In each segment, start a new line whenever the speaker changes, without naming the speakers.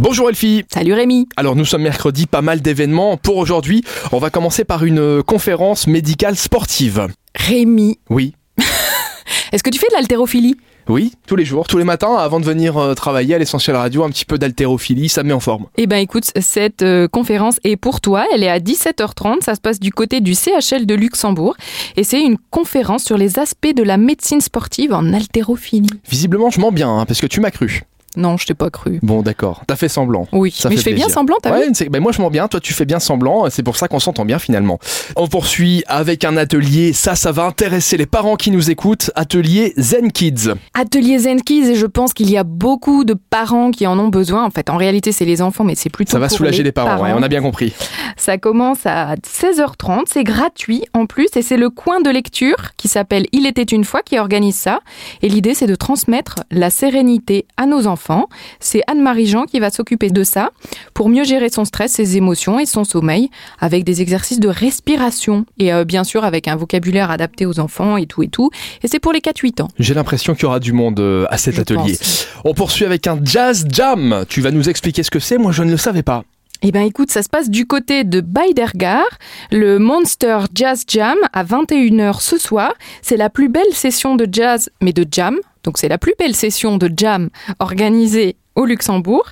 Bonjour Elfie
Salut Rémi
Alors nous sommes mercredi, pas mal d'événements. Pour aujourd'hui, on va commencer par une euh, conférence médicale sportive.
Rémi,
Oui,
est-ce que tu fais de l'haltérophilie
oui, tous les jours, tous les matins, avant de venir euh, travailler à l'essentiel radio, un petit peu d'haltérophilie, ça me met en forme.
Eh ben écoute, cette euh, conférence est pour toi, elle est à 17h30, ça se passe du côté du CHL de Luxembourg et c'est une conférence sur les aspects de la médecine sportive en haltérophilie.
Visiblement, je mens bien, hein, parce que tu m'as cru.
Non, je t'ai pas cru.
Bon, d'accord, t'as fait semblant.
Oui,
Ça
mais
fait
je fais bien
plaisir.
semblant, t'as vu
Ouais, c'est- ben moi je mens bien, toi tu fais bien semblant, c'est pour ça qu'on s'entend bien finalement. On poursuit avec un atelier, ça ça va intéresser les parents qui nous écoutent, atelier Zen Kids.
Atelier Zenkeys et je pense qu'il y a beaucoup de parents qui en ont besoin. En fait, en réalité, c'est les enfants, mais c'est plutôt
Ça va
pour
soulager les parents, ouais, on a bien compris.
Ça commence à 16h30, c'est gratuit en plus et c'est le coin de lecture qui s'appelle Il était une fois qui organise ça. Et l'idée c'est de transmettre la sérénité à nos enfants. C'est Anne-Marie Jean qui va s'occuper de ça pour mieux gérer son stress, ses émotions et son sommeil avec des exercices de respiration et euh, bien sûr avec un vocabulaire adapté aux enfants et tout et tout. Et c'est pour les 4-8 ans.
J'ai l'impression qu'il y aura du monde euh, à cet
je
atelier.
pense.
On poursuit avec un jazz jam. Tu vas nous expliquer ce que c'est Moi, je ne le savais pas.
Eh bien écoute, ça se passe du côté de Beidergar, le Monster Jazz Jam à 21h ce soir. C'est la plus belle session de jazz, mais de jam. Donc c'est la plus belle session de jam organisée au Luxembourg.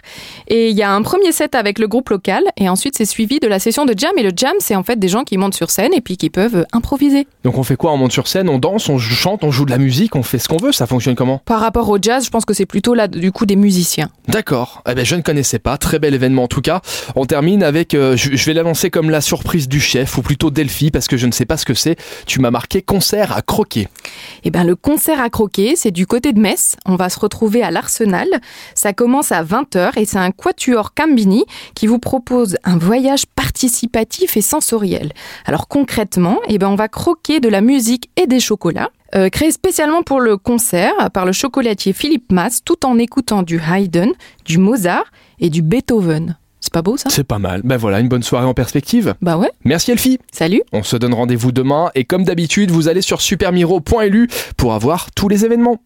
Et il y a un premier set avec le groupe local et ensuite c'est suivi de la session de jam. Et le jam, c'est en fait des gens qui montent sur scène et puis qui peuvent improviser.
Donc, on fait quoi On monte sur scène, on danse, on chante, on joue de la musique, on fait ce qu'on veut. Ça fonctionne comment
Par rapport au jazz, je pense que c'est plutôt là du coup des musiciens.
D'accord. Eh ben, je ne connaissais pas. Très bel événement en tout cas. On termine avec. euh, je, je vais l'annoncer comme la surprise du chef, ou plutôt Delphi, parce que je ne sais pas ce que c'est. Tu m'as marqué concert à croquer.
Eh ben, le concert à croquer, c'est du côté de Metz. On va se retrouver à l'Arsenal. Ça commence à 20h et c'est un quatuor Cambini qui vous propose un voyage participatif et sensoriel. Alors concrètement, eh ben, on va croquer de la musique et des chocolats. euh, créés spécialement pour le concert par le chocolatier Philippe Mas, tout en écoutant du Haydn, du Mozart et du Beethoven. C'est pas beau ça
C'est pas mal. Ben voilà, une bonne soirée en perspective.
Bah ouais,
Merci Elfie.
salut
On se donne rendez-vous demain et comme d'habitude, vous allez sur supermiro.lu pour avoir tous les événements.